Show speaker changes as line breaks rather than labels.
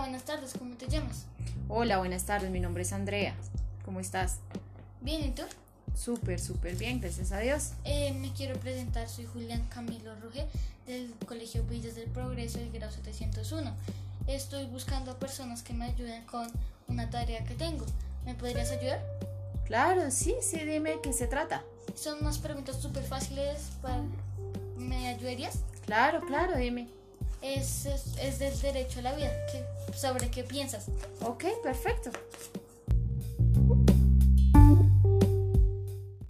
buenas tardes, ¿cómo te llamas?
Hola, buenas tardes, mi nombre es Andrea. ¿Cómo estás?
Bien, ¿y tú?
Súper, súper bien, gracias a Dios.
Eh, me quiero presentar, soy Julián Camilo Ruge del Colegio Villas del Progreso del grado 701. Estoy buscando a personas que me ayuden con una tarea que tengo. ¿Me podrías ayudar?
Claro, sí, sí, dime qué se trata.
Son unas preguntas súper fáciles para... ¿Me ayudarías?
Claro, claro, dime.
Es, es, es del derecho a la vida. ¿Qué- ¿Sobre qué piensas?
Ok, perfecto.